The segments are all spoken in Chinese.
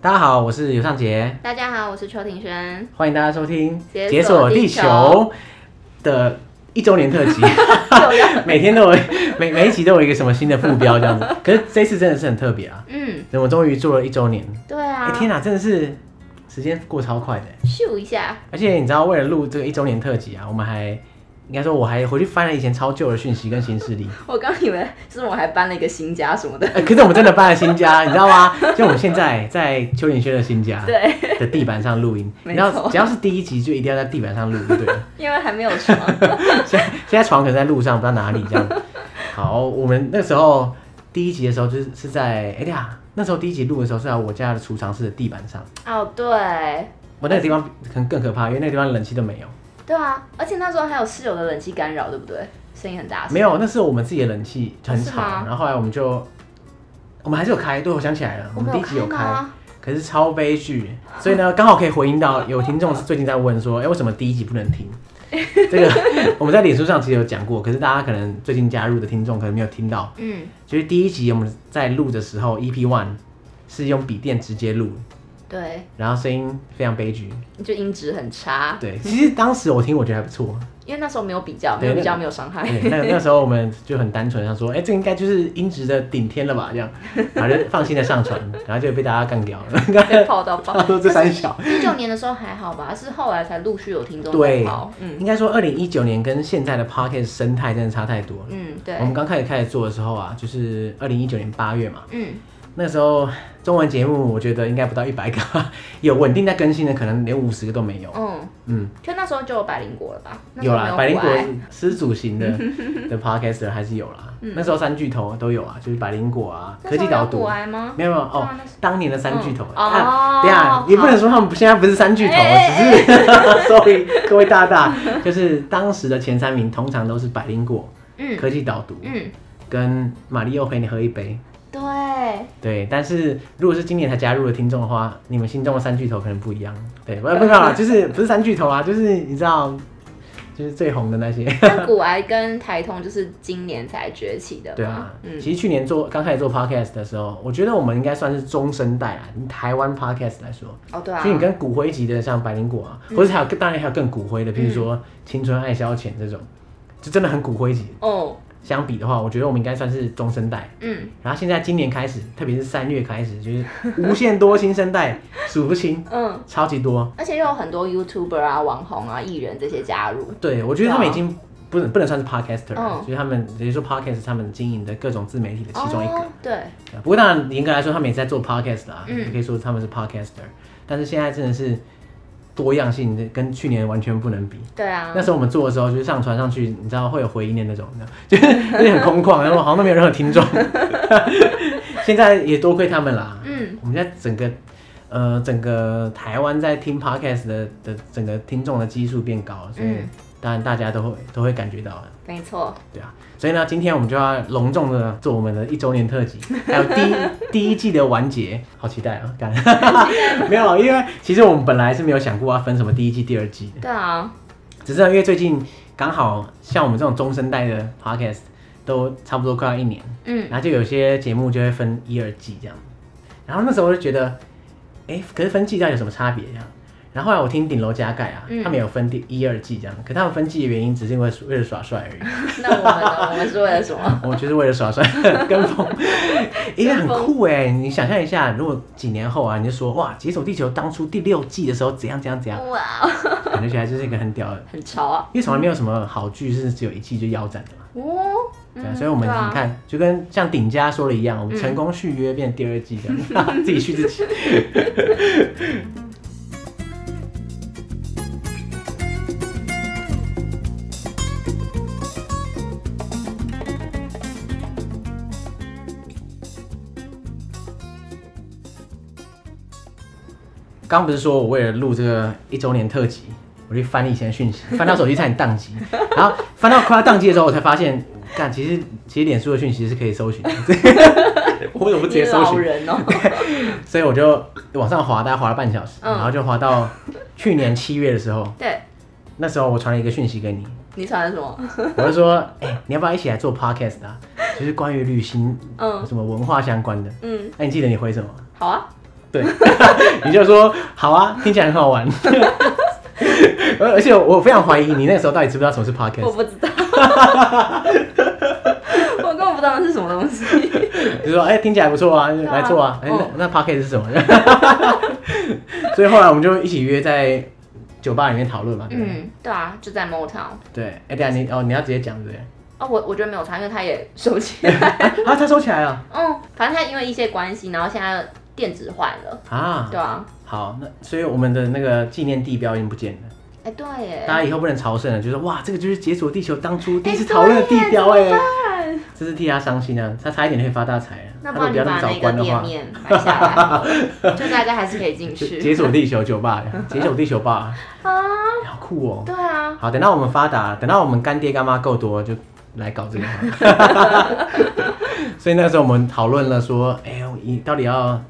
大家好，我是尤尚杰，大家好，我是邱庭轩。欢迎大家收听《解锁地球的一周年 特辑。又要每天都有每每一集都有一个什么新的副标这样子。可是这次真的是很特别啊！嗯，我们终于做了一周年，对哎、啊，天哪，真的是时间过超快的。咻一下，而且你知道，为了录这个一周年特辑啊，我们还应该说我还回去翻了以前超旧的讯息跟新势力。我刚以为是我还搬了一个新家什么的。哎、可是我们真的搬了新家，你知道吗？就我们现在在邱景轩的新家对， 的地板上录音，没然后错只要是第一集就一定要在地板上录，对 了。因为还没有床。现在现在床可能在路上，不知道哪里这样。好，我们那时候第一集的时候就是是在哎呀，那时候第一集录的时候是在我家的储藏室的地板上，哦，对，我那个地方可能更可怕，因为那个地方冷气都没有，对啊，而且那时候还有室友的冷气干扰，对不对？声音很大声。没有，那是我们自己的冷气很是啊吵，吗然后后来我们就我们还是有开，对我想起来了，我我们们第一集有开，吗？可是超悲剧，所以呢刚好可以回应到有听众最近在问说，哎、为什么第一集不能听？ 这个我们在脸书上其实有讲过，可是大家可能最近加入的听众可能没有听到，嗯，就是第一集我们在录的时候，EP One 是用笔电直接录，对，然后声音非常悲剧。就音质很差，对，其实当时我听我觉得还不错，因为那时候没有比较，没对有比较那没有伤害。对，那那时候我们就很单纯，想说，哎、这应该就是音质的顶天了吧，这样，然后就放心的上传，然后就被大家干掉 被了。 泡到他爆。说这三小，一九年的时候还好吧，是后来才陆续有听众对在泡。嗯应该说二零一九年跟现在的 Pocket 生态真的差太多了。嗯，我们对，刚开始开始做的时候啊，就是二零一九年八月嘛，嗯，那时候中文节目我觉得应该不到一百个 吧，有稳定在更新的，可能连五十个都没有。嗯，嗯，就那时候就有百灵果了吧？那时有候没啦，百灵古埃果失主型 的的 podcaster 还是有啦。那时候三巨头都有啊，就是百灵果啊、嗯那科时候技有导古读，埃吗？没有没有对哦啊那时，当年的三巨头。嗯啊哦等一下好你不能说他们现在不是三巨头，哎哎只是 sorry 各位大大，就是当时的前三名通常都是百灵果、嗯科技导读嗯，跟玛丽又陪你喝一杯。 对，对，但是如果是今年才加入的听众的话，你们心中的三巨头可能不一样。对，不不不，就是不是三巨头啊，就是你知道，就是最红的那些。但古癌跟台通就是今年才崛起的嘛。对啊，嗯，其实去年做刚开始做 podcast 的时候，我觉得我们应该算是中生代啦，以台湾 podcast 来说，哦对啊所以，你跟骨灰级的像百灵果啊，嗯或者还有更当然还有更骨灰的，譬如说《青春爱消遣》这种，就真的很骨灰级。哦，相比的话，我觉得我们应该算是中生代。嗯然后现在今年开始，特别是三月开始，就是无限多新生代，数不清，嗯，超级多。而且又有很多 YouTuber 啊、网红啊、艺人这些加入。对，我觉得他们对啊已经不能不能算是 podcaster，了、嗯就是他们也就是说 podcast 是他们经营的各种自媒体的其中一个。哦、对，对不过当然严格来说，他们也在做 podcast 啦，嗯也可以说他们是 podcaster，但是现在真的是多样性跟去年完全不能比。对啊那，时候我们做的时候，就是上传上去，你知道会有回音的那种，就是有点很空旷，然后好像都没有任何听众。 现在也多亏他们啦，嗯，我们现在整个呃整个台湾在听 podcast 的的整个听众的基数变高了，所以嗯当然大家都会都会感觉到的，没错，对啊。所以呢，今天我们就要隆重的做我们的一周年特辑，还有第一 第一季的完结，好期待啊！感 没有，因为其实我们本来是没有想过要分什么第一季、第二季的，对啊，只是因为最近刚好像我们这种中生代的 podcast 都差不多快要一年， 嗯，然后就有些节目就会分一二季这样。然后那时候我就觉得，哎、可是分季到底有什么差别这样？然后后来我听顶楼加盖啊，嗯他们有分第一二季这样，可他们分季的原因只是因为为了耍帅而已。那我们呢？我们是为 了什么？我就是为了耍 帅跟风，因为很酷哎、你想象一下，如果几年后啊，你就说哇，《解锁地球》当初第六季的时候怎样怎样怎样，哇，哦感觉起来就是一个很屌的，很潮啊！因为从来没有什么好剧是只有一季就腰斩的嘛。哦，对啊、嗯所以我们对啊你看，就跟像顶家说的一样，我们嗯成功续约变第二季这 样，自己续自己。刚不是说我为了录这个一周年特辑，我去翻以前讯息，翻到手机差点宕机，然后翻到快要宕机的时候，我才发现，干，其实其实脸书的讯息是可以搜寻的， 我怎么不直接你搜老寻？人哦， 所以我就往上滑，大概滑了半小时，嗯然后就滑到去年七月的时候，对，那时候我传了一个讯息给你，你传的什么？我就说，哎、你要不要一起来做 podcast 啊？就是关于旅行，嗯什么文化相关的。哎嗯，那、你记得你回什么？好啊，对， 你就说好啊，听起来很好玩。 而而且我非常怀疑你那时候到底知不知道什么是我 podcast，不 知道，我根本不知道那是什么东西。就说哎、听起来不错啊，啊来做啊，哎、嗯那那 podcast 是什么？ 所以后来我们就一起约在酒吧里面讨论嘛，对不对嗯，对啊，就在 Motown。对，哎、等对啊，你哦你要直接讲对不对？ 哦，我我觉得没有差，因为他也收起来。啊，他收起来了嗯，反正他因为一些关系，然后现在电子换了，啊对。啊。好，那所以我们的那个纪念地标已经不见了，哎、对哎耶，大家以后不能朝圣了，就说哇，这个就是解锁地球当初第一次讨论的地标哎、啊真是替他伤心啊，他差一点就会发大财啊。那他不如果不要然你那把么早那个关的店话，面买下来 好了，就大家还是可以进就去解锁地球酒吧，解锁地球吧，啊。好酷哦、对啊，好，等到我们发达，等到我们干爹干妈够多，就来搞这个好了。所以那时候我们讨论了说，哎、我一到底要，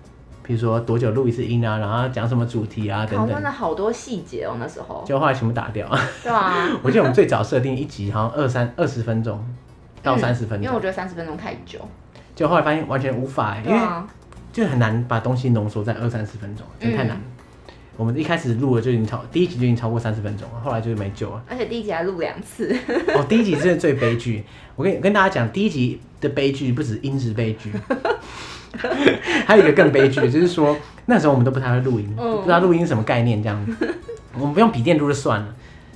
比如说多久录一次音啊，然后讲什么主题啊等讨论等，了好多细节哦，那时候。就后来全部打掉。对啊，我记得我们最早设定一集好像二三二十分钟到嗯三十分因为钟，我觉得三十分钟太久。就后来发现完全无法、哎因对为啊，就很难把东西浓缩在二三十分钟，真的太难了。嗯我们一开始录的就已经超第一集就已经超过三十分钟了，后来就是没救了。而且第一集还录两次， 哦，第一集真的最悲剧。我跟跟大家讲，第一集的悲剧不止音质悲剧，还有一个更悲剧，就是说那时候我们都不太会录音，嗯不知道录音是什么概念这样子。我们不用笔电录就算了，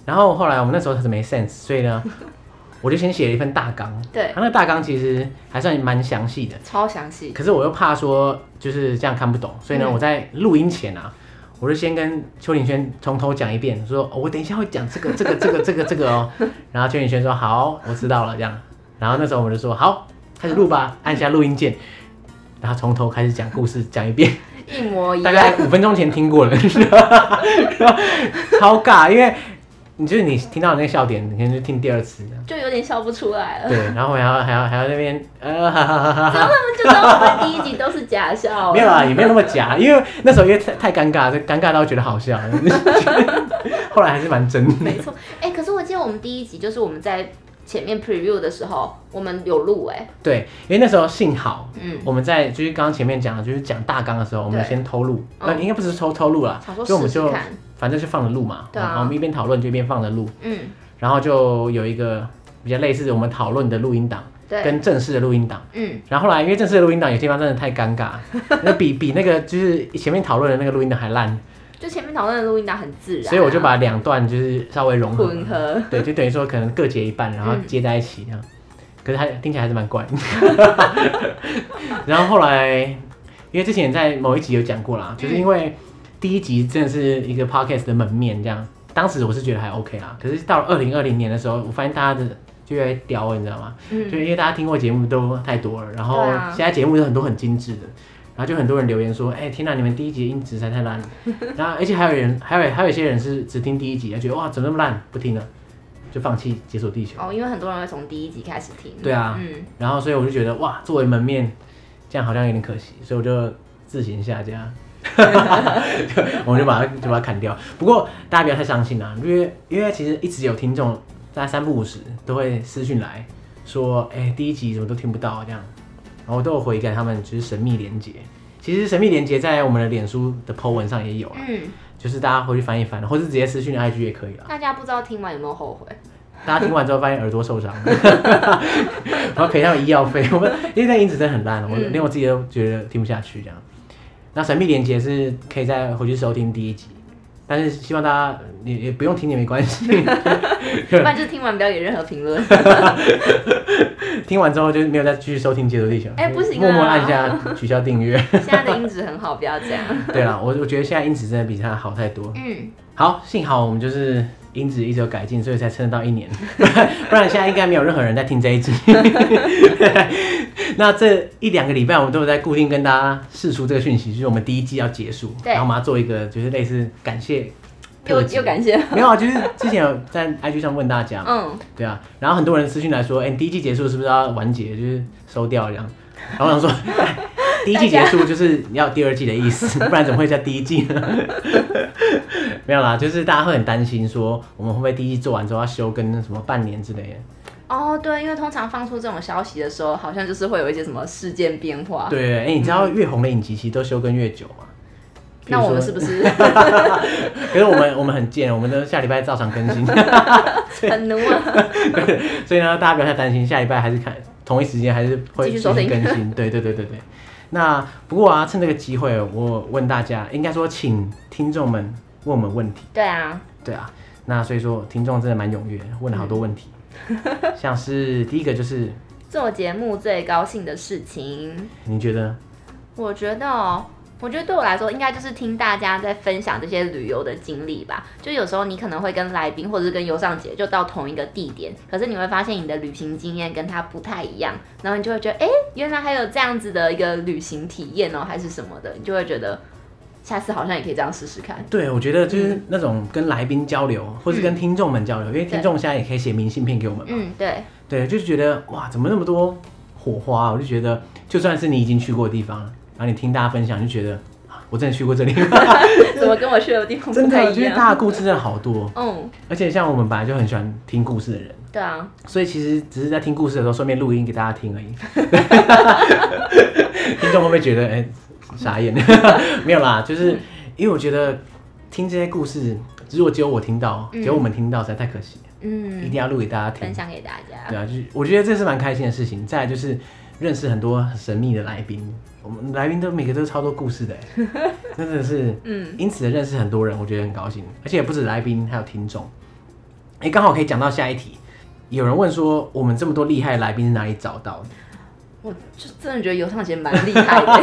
然后后来我们那时候还是没 sense，所以呢，我就先写了一份大纲。对他那个大纲其实还算蛮详细的，超详细。可是我又怕说就是这样看不懂，所以呢，嗯我在录音前啊，我就先跟邱林轩从头讲一遍，说、哦我等一下会讲这个这个这个这个这个哦。 然后邱林轩说好，我知道了这样。然后那时候我们就说好，开始录吧，按下录音键，然后从头开始讲故事，讲一遍，一模一大样概。五分钟前听过了， 然后超尬，因为你就是你听到那个笑点，你可能就听第二次这样。就有点笑不出来了。对，然后还要还要还要那边呃哈哈哈哈。他们就知道我们第一集都是假笑了。 没有啊啦，也没有那么假，因为那时候因为太太尴尬，就尴尬到觉得好笑， 后来还是蛮真的。没错，哎、可是我记得我们第一集就是我们在前面 preview 的时候，我们有录哎、对，因为那时候幸好嗯，我们在就是刚刚前面讲的，就是讲大纲的时候，我们对先偷录，嗯那应该不是偷偷录啦想，说就我们试就试看，反正就放着录嘛，对啊然后我们一边讨论就一边放着录，嗯，然后就有一个比较类似我们讨论的录音档对，跟正式的录音档。嗯，然后后来，因为正式的录音档有些地方真的太尴 尬，那比比那个就是前面讨论的那个录音档还烂，就前面讨论的录音档很自然啊、所以我就把两段就是稍微融合，混合，对，就等于说可能各截一半，然后嗯接在一起这样。可是它听起来还是蛮怪的。 然后后来，因为之前在某一集有讲过啦，就是因为第一集真的是一个 podcast 的门面这样，当时我是觉得还 OK 啦。可是到了二零二零年的时候，我发现大家的就越来越刁了，你知道吗？就嗯，因为大家听过节目都太多了，然后对啊现在节目有很多很精致的，然后就很多人留言说，哎、天哪，你们第一集的音质实在太烂了。 然后而且还有人，还有还有一些人是只听第一集，他觉得哇怎么那么烂，不听了，就放弃解锁地球。哦，因为很多人会从第一集开始听，对啊嗯，然后所以我就觉得哇，作为门面，这样好像有点可惜，所以我就自行下架。就我们就把它就把它砍掉。不过大家不要太伤心啊，因为因为其实一直有听众大概三不五时都会私讯来说，哎、第一集怎么都听不到啊这样，然后我都有回给他们，就是神秘连接。其实神秘连接在我们的脸书的 po 文上也有啊，嗯，就是就是大家回去翻一翻，或是直接私讯 IG 也可以啦。大家不知道听完有没有后 悔？大家听完之后发现耳朵受伤，然后赔他们医药费。我们因为那音质真的很烂，我嗯连我自己都觉得听不下去这样。那神秘连接是可以再回去收听第一集，但是希望大家也也不用听也没关 系，不然就是听完不要给任何评论，听完之后就没有再继续收听《解锁地球》。哎不行啊默默按下取消订阅。现在的音质很好，不要这样，对了，我我觉得现在音质真的比它好太多。嗯，好，幸好我们就是音质一直有改进，所以才撑得到一年， 不然不然现在应该没有任何人在听这一集。 那这一两个礼拜，我们都有在固定跟大家释出这个讯息，就是我们第一季要结束，对然后我们要做一个就是类似感谢又特辑又。感谢，没有啊，就是之前有在 IG 上问大家，嗯，对啊，然后很多人私讯来说，哎、你第一季结束是不是要完结，就是收掉这样？然后我想说， 哎第一季结束就是要第二季的意思， 不然怎么会叫第一季呢？没有啦，就是大家会很担心说，我们会不会第一季做完之后要休更什么半年之类的？哦，对，因为通常放出这种消息的时候，好像就是会有一些什么事件变化，对，哎、你知道越红的影集其实都休更越久嘛？比如嗯那说我们是不是 可是我们我们很贱，我们都下礼拜照常更新，很努啊？所以呢，大家不要太担心，下礼拜还是看同一时间还是会继续收听更 新。对对对对对。那不过啊，趁这个机会，我问大家，应该说请听众们问我们问题。对啊，对啊，那所以说听众真的蛮踊跃，问了好多问 题，像是第一个就是做节目最高兴的事情，你觉得我觉得哦。我觉得对我来说，应该就是听大家在分享这些旅游的经历吧。就有时候你可能会跟来宾或者是跟尤尚姐就到同一个地点，可是你会发现你的旅行经验跟他不太一样，然后你就会觉得，哎，原来还有这样子的一个旅行体验哦，还是什么的，你就会觉得下次好像也可以这样试试看。对，我觉得就是那种跟来宾交流，或是跟听众们交流，因为听众现在也可以写明信片给我们嘛。嗯，对，对，就是觉得哇，怎么那么多火花、啊？我就觉得，就算是你已经去过的地方，然后你听大家分享，就觉得啊我真的去过这里， 怎么跟我去的地方不真太的，就一是样？大家故事真的好多。嗯，而且像我们本来就很喜欢听故事的人，对啊，所以其实只是在听故事的时候顺便录音给大家听而已。 听众会不会觉得哎、傻眼？ 没有啦，嗯就是因为我觉得听这些故事，如果只有我听到，只有我们听到实在太可惜，一定嗯，要录给大家听分。享给大家。对啊，就是我觉得这是蛮开心的事情。再来就是认识很多很神秘的来宾，我们来宾都每个都超多故事的欸，真的是，嗯，因此认识很多人，我觉得很高兴。而且也不止来宾，还有听众。哎、刚好可以讲到下一题。有人问说，我们这么多厉害的来宾是哪里找到的？我就真的觉得尤尚杰蛮厉害 的，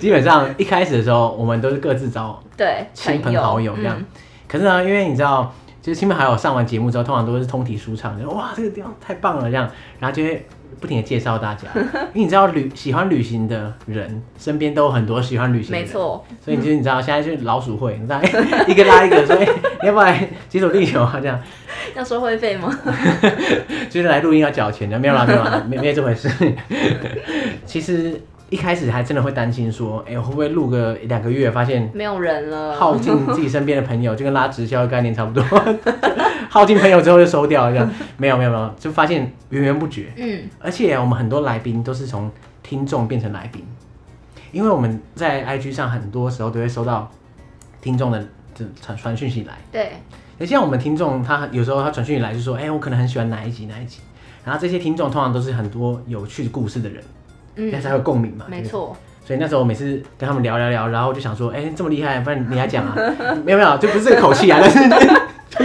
基本上一开始的时候，我们都是各自找对，嗯亲朋好友这嗯样。可是呢，因为你知道，就是亲朋好友上完节目之后，通常都是通体舒畅，就哇这个地方太棒了这样，然后就会不停的介绍大 家。因为你知道旅喜欢旅行的人，身边都有很多喜欢旅嗯，行的没人，错，所以你就你知道现在就是老鼠会，你知道 一个拉一个说，哎、你要不要来解锁地球啊这样，要收会费 吗？就是来录音要缴钱的，没有啦没有啦，没没这回 事。其实一开始还真的会担心说，哎、我会不会录个一两个月，发现没有人了，耗尽自己身边的朋友，就跟拉直销的概念差不多， 耗尽朋友之后就收掉这样。没有没有没有，就发现源源不绝。嗯，而且我们很多来宾都是从听众变成来宾，因为我们在 IG 上很多时候都会收到听众的这传传讯息来。对，而像我们听众，他有时候他传讯息来就说：“哎、我可能很喜欢哪一集哪一集。”然后这些听众通常都是很多有趣故事的人，那嗯，才有共鸣嘛。没对错，所以那时候我每次跟他们聊聊聊，然后我就想说，哎、这么厉害，不然你来讲啊？ 没有没有，就不是这个口气啊，但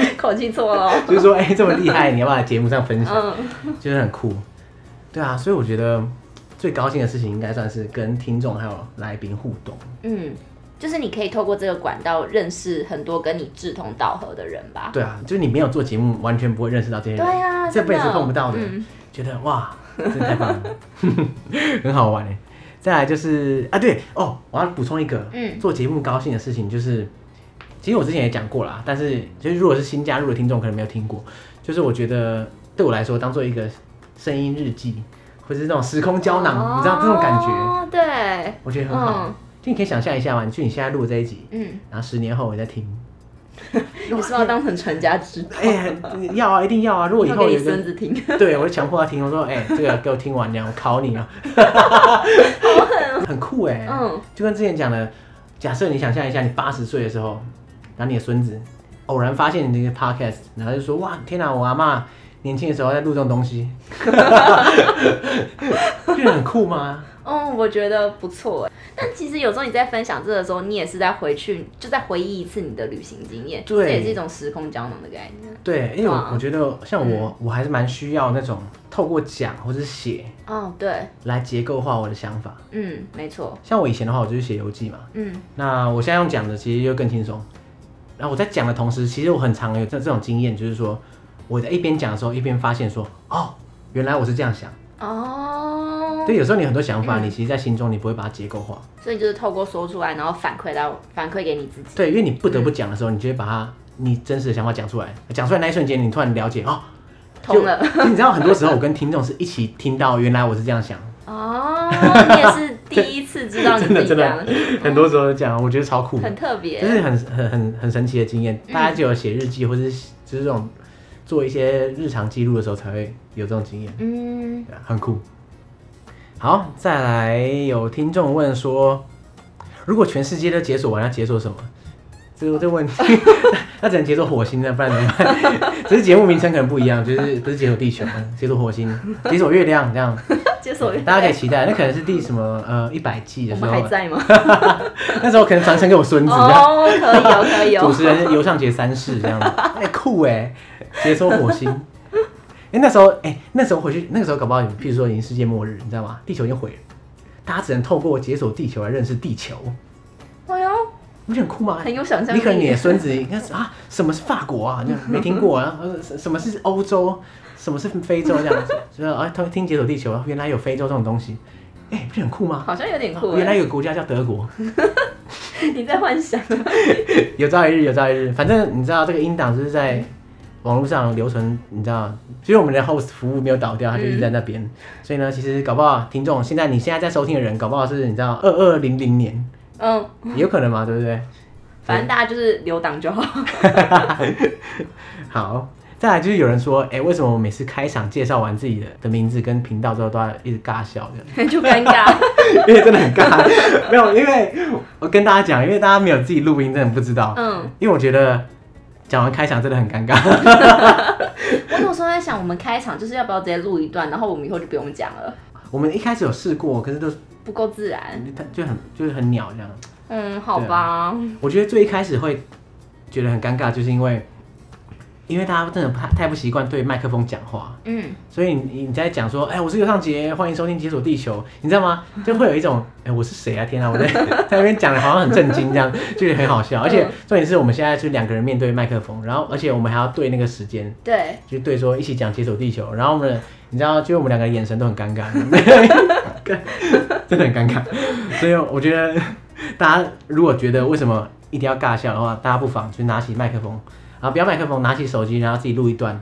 是口气错了 哦，就是说，哎、这么厉害，你要不要来节目上分享？嗯，就是很酷。对啊，所以我觉得最高兴的事情应该算是跟听众还有来宾互动。嗯，就是你可以透过这个管道认识很多跟你志同道合的人吧。 对啊，就是你没有做节目，完全不会认识到这些对人，啊，这辈子真碰不到的，嗯觉得哇，真的太棒了， 很好玩哎。再来就是啊，对哦，我要补充一个，嗯做节目高兴的事情就是，其实我之前也讲过啦，但是就是如果是新加入的听众可能没有听过，就是我觉得对我来说当做一个声音日记，或是那种时空胶囊，你知道这种感觉，哦对，我觉得很好。哦嗯就你可以想象一下嘛，你去你现在录这一集，嗯，然后十年后我再听，你是不是要当成传家之宝，哎、呀，要啊，一定要啊！如果以要后给有你一个孙子听， 对，我就强迫他听，我说：“哎、这个给我听完，你我考你啊！” 很酷哎、哦嗯，就跟之前讲的，假设你想象一下，你八十岁的时候，然后你的孙子偶然发现你这个 podcast，然后就说：“哇，天哪、我阿妈年轻的时候在录这种东 西，不觉得很酷吗？”哦，我觉得不错哎。但其实有时候你在分享这个时候，你也是在回去，就在回忆一次你的旅行经验，对这也是一种时空胶囊的概念。对，因为我哇嗯我觉得像我，我还是蛮需要那种透过讲或者写哦，对，来结构化我的想法。嗯，没错，像我以前的话，我就是写游记嘛，嗯那我现在用讲的其实就更轻松。然后我在讲的同时，其实我很常有这这种经验，就是说我在一边讲的时候，一边发现说，哦，原来我是这样嗯想。哦，对，有时候你很多想法，你其实在心中你不会把它结构化。所以就是透过说出来，然后反馈到反馈给你自己。对，因为你不得不讲的时候，你就会把它你真实的想法讲出来。讲出来那一瞬间，你突然了解哦，就通嗯了。就你知道，很多时候我跟听众是一起听到，原来我是这样想。哦，你也是第一次知道你自己真嗯的真这的样，很多时候这样，我觉得超酷的很特就别。是很很很很神奇的经验，嗯大家只有写日记或者是就是这种做一些日常记录的时候才会有这种经验，嗯，对啊很酷。好，再来有听众问说，如果全世界都解锁完，要解锁什么？这个这个问题， 那只能解锁火星了，不然怎么办？只是节目名称可能不一样，就是不是解锁地球，解锁火星，解锁月亮这样，解锁大家可以哦期待。那可能是第什么呃一百季我的时们候还吧，在吗？那时候可能传承给我孙子这样。哦，可以哦，可 以主哦。持人尤尚杰三世这样 子，哎、酷欸 哎、解锁火星。哎、那时候哎、那时候回去，那个时候搞不好，譬如说已经世界末日，你知道吗？地球已经毁了，大家只能透过解锁地球来认识地球，哎呦，你不觉得很酷吗？很有想象力。你可能你的孙子应该是啊，什么是法国啊？你没听过啊？呃什什么是欧洲？什么是非洲？这样子，就是啊，他听解锁地球，原来有非洲这种东西，哎、不是很酷吗？好像有点酷啊哎。原来有个国家叫德国，你在 幻想。有朝一日，有朝一日，反正你知道这个音档就是在网络上留存，你知道，其实我们的 host 服务没有倒掉，它就一直在那边。所以呢，其实搞不好听众现在你现在在收听的人，搞不好是你知道二二零零年，嗯，也有可能嘛，对不对？ 反正大家就是留档就好。 好，再来就是有人说，哎、为什么我每次开场介绍完自己的的名字跟频道之后，都要一直尬笑的？就 尴尬。因为真的很尬，没有，因为我跟大家讲，因为大家没有自己录音，真的不知道。嗯，因为我觉得讲完开场真的很尴尬。我有时候在想，我们开场就是要不要直接录一段，然后我们以后就不用讲了，我们一开始有试过，可是都是不够自然。它就很就是很鸟这样。嗯，好吧。我觉得最一开始会觉得很尴尬，就是因为因为大家真的太太不习惯对麦克风讲话，嗯，所以你你在讲说，哎、我是尤尚杰，欢迎收听《解锁地球》，你知道吗？就会有一种，哎、我是谁啊？天啊，我在在那边讲的好像很震惊这样，就觉得很好笑。而且嗯重点是我们现在是两个人面对麦克风，然后而且我们还要对那个时间，对。就对说一起讲《解锁地球》，然后我们的你知道，就我们两个人眼神都很尴尬， 真的很尴尬。所以我觉得大家如果觉得为什么一定要尬笑的话，大家不妨就拿起麦克风，然后不要麦克风，拿起手机，然后自己录一段，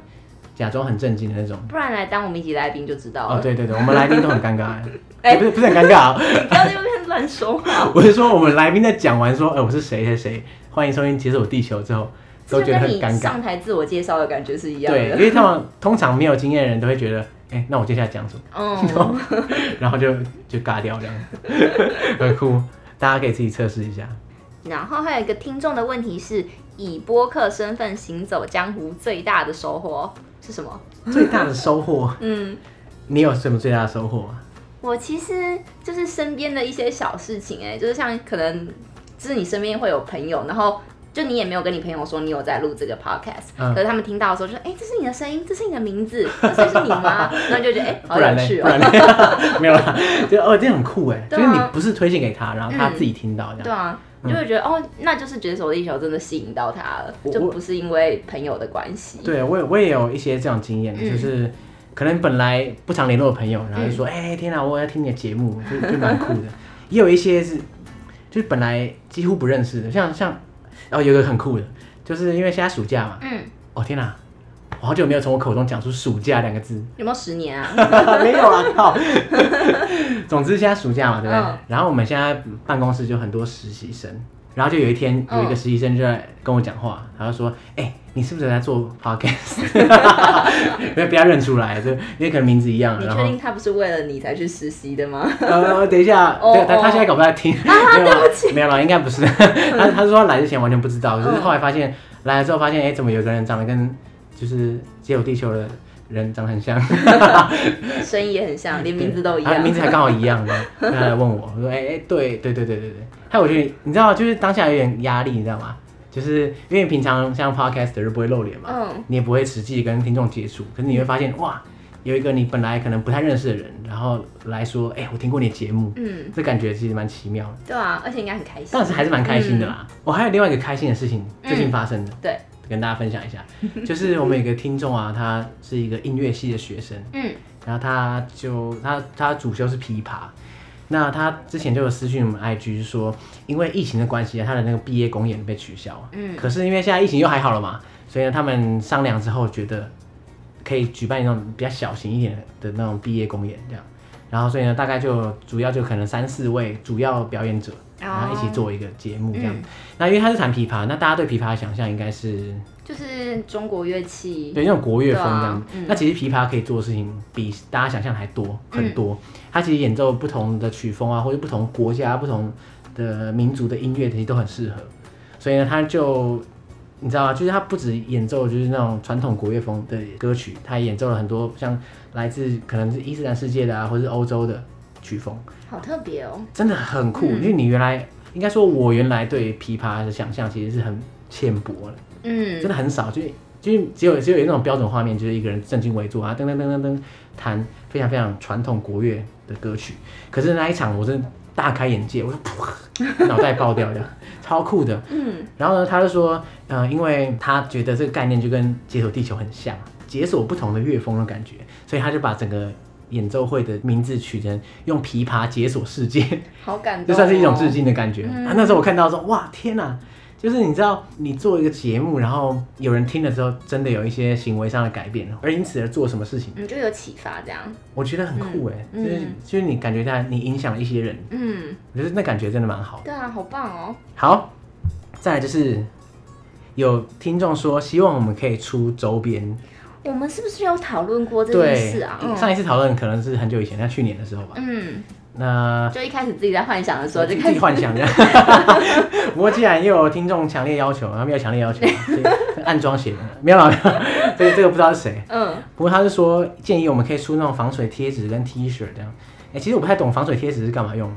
假装很震惊的那种。不然来当我们一起来宾就知道哦，了。对对对，我们来宾都很尴 尬，哎哎，不是不是很尴尬、啊，你不要在那边乱说话，我是说我们来宾在讲完说，哎、我是谁谁谁，欢迎收听《解锁地球》之后，这都就觉得跟很你尴尬。上台自我介绍的感觉是一样对，因 的。为他们通常没有经验的人都会觉得，哎、那我接下来讲什么，嗯，然后就就尬掉这样， 很酷，大家可以自己测试一下。然后还有一个听众的问题是，以播客身份行走江湖最大的收获是什么？最大的收获，嗯，你有什么最大的收获吗？我其实就是身边的一些小事情、哎，就是像可能就是你身边会有朋友，然后。就你也没有跟你朋友说你有在录这个 podcast，、嗯可是他们听到的时候就说：“哎、这是你的声音，这是你的名字， 这是你吗？”然后就觉得哎、好不然有呢？趣不哦、然呢？ 没有啦，就哦，这样很酷哎，就 对啊是你不是推荐给他，然后他嗯自己听到这样。对啊，就会觉得、哦，那就是解锁地球真的吸引到他了，嗯我就我不是因为朋友的关系。对我也我也有一些这样经验，嗯就是可能本来不常联络的朋友，然后就说：“哎、天哪，我要听你的节目，就就蛮酷的。”也有一些是，就是本来几乎不认识的，像像，然、后有一个很酷的，就是因为现在暑假嘛，嗯，哦天哪，我好久没有从我口中讲出“暑假”两个字，有没有十 年啊？没有啊，靠！ 总之现在暑假嘛，对不对？嗯然后我们现在办公室就很多实习生，然后就有一天有一个嗯实习生就在跟我讲话，他就说：“哎、你是不是在 做 podcast？” 因为被他认出来，就因为可能名字一样。你然确后定他不是为了你才去实习 的吗？呃，等一下，哦对，他哦他现在搞不太听， 没有啦，没有啦，应该不是。 他他说他来之前完全不知道，可是嗯后来发现来了之后发现，哎，怎么有个人长得跟就是接有地球的人长得很像？声音也很像，连名字都一啊样。名字还刚好一样 的，他来问我，我说哎哎、对对对对对对，还有我觉得你知道，就是当下有点压力，你知道吗？就是因为平常像 podcast 就不会露脸嘛，嗯你也不会实际跟听众接触，可是你会发现哇，有一个你本来可能不太认识的人，然后来说，哎、我听过你的节目，嗯，这感觉其实蛮奇妙的，对啊，而且应该很开心当。时还是蛮开心的啦。我、还有另外一个开心的事情，最近发生的，嗯对，跟大家分享一下，就是我们有一个听众啊，他是一个音乐系的学生，嗯然后他就他他主修是琵琶，那他之前就有私讯我们 IG 说，因为疫情的关系啊，他的那个毕业公演被取消。嗯可是因为现在疫情又还好了嘛，所以呢，他们商量之后觉得可以举办那种比较小型一点的那种毕业公演这样。然后所以呢，大概就主要就可能三四位主要表演者，然后一起做一个节目这样。嗯那因为他是弹琵琶，那大家对琵琶的想象应该是就是中国乐器。对，那种国乐风这对样啊子。嗯那其实琵琶可以做的事情比大嗯家想象还多很多。它其实演奏不同的曲风啊，或者不同国家、不同的民族的音乐其实都很适合，所以呢，他就你知道吗？就是他不止演奏就是那种传统国乐风的歌曲，他也演奏了很多像来自可能是伊斯兰世界的啊，或是欧洲的曲风，好特别哦。真的很酷。嗯因为你原来应该说，我原来对琵琶的想象其实是很浅薄的。嗯真，的很少，就是就是只有只有那种标准画面，就是一个人正襟危坐啊，噔噔噔噔噔弹非常非常传统国乐的歌曲。可是那一场我真的大开眼界，我说噗脑袋爆掉这样， 超酷的。嗯，然后呢，他就说，呃，因为他觉得这个概念就跟解锁地球很像，解锁不同的乐风的感觉，所以他就把整个演奏会的名字取成用琵琶解锁世界。好感动、哦。这算是一种致。敬的感觉。嗯啊、那时候我看到说，哇，天哪、就是你知道，你做一个节目，然后有人听了之后，真的有一些行为上的改变，而因此而做什么事情，嗯你就有启发这样。我觉得很酷哎、嗯就是嗯就是你感觉到你影响了一些人，嗯，我觉得那感觉真的蛮好的。对啊，好棒哦。好，再来就是有听众说，希望我们可以出周边，我们是不是有讨论过这件对事啊？，上一次讨论可能是很久以前，那去年的时候吧，嗯，那就一开始自己在幻想的时候就自开己始，幻 想的。不过既然又有听众强烈要求，他没有强烈 要求，所以暗装写的没有啦，没有啦这个这个不知道是谁。嗯，不过他是说建议我们可以出那种防水贴纸跟 T 恤这样。哎、其实我不太懂防水贴纸是干嘛用的，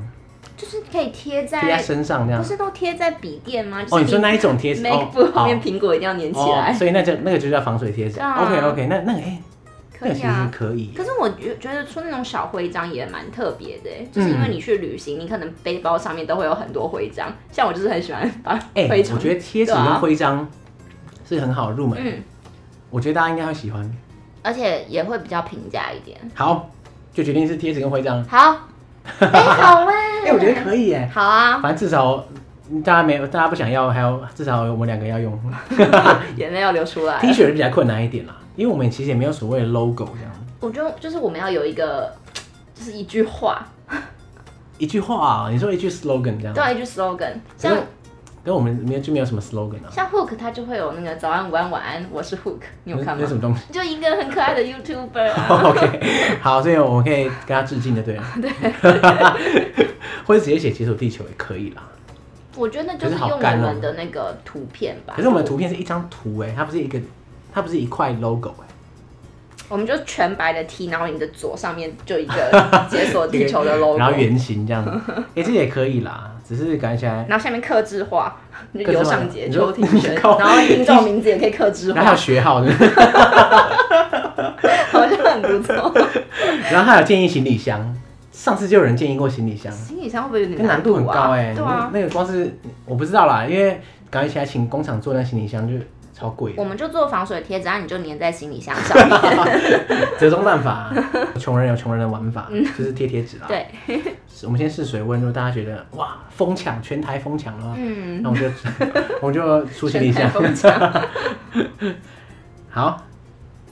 就是可以贴贴在在，身上这样不。是都贴在笔电吗？就是哦，你说那一种贴纸哦 MacBook，后好面苹果一定要粘起来哦，。所以那就那个就叫防水贴纸。对啊 OK OK，那那个哎、可那个以其实啊。可以。可是我觉觉得出那种小徽章也蛮特别的嗯欸，就是因为你去旅行，你可能背包上面都会有很多徽章。像我就是很喜欢把哎、徽章，我觉得贴纸对跟啊徽章是很好的入门，嗯，我觉得大家应该会喜欢。而且也会比较平价一点。好，就决定是贴纸跟徽章。好，哎、好哎、 哎、我觉得可以哎、好啊， 反正至少嗯大家没有，大家不想要，还有至少我们两个要用。哎眼泪要流出来 T 了。恤比较困难一点啦，因为我们其实也没有所谓的 logo 这样，我觉得就是我们要有一个，就是一句话，一句话、啊，你说一句 slogan 这样都，要一句 slogan。可是啊像跟我们没有就没有什么 slogan 啊。像 Hook 他就会有那个早安、午安、晚安，我是 Hook，你有看嗯那什吗？么东西 就一个很可爱的 YouTuber 啊。 ？OK，好，所以我们可以跟他致敬的， 对了。对。 或者直接写“解锁地球”也可以啦。我觉得就可是是好用我干哦们的那个图片吧。可是我们的图片是一张图哎、它不是一个，它不是一块 logo 哎、我们就全白的 T，然后你的左上面就一 个解锁地球的 logo，然后圆形这样子， 哎、这也可以啦，只是感觉起来，然后下面刻字化，就刻字化游上节你说邱庭轩， 你靠然后听众名字也可以刻字 然后还化有，学号的。好像很不错。 然后他有建议行李箱，上次就有人建议过行李箱，行李箱会不会有这点难度度啊很高哎、对啊，那个光是我不知道啦，因为感觉起来请工厂做那行李箱就超贵我的，们就做防水贴纸，然后你就粘在行李箱上 面。折中办法、啊 穷人有穷人的玩法，就是贴贴纸啦。啊嗯对， 我们先试水温，如果大家觉得哇疯抢，全台疯抢了，嗯，那我们就 我们就出行李箱。风箱。好，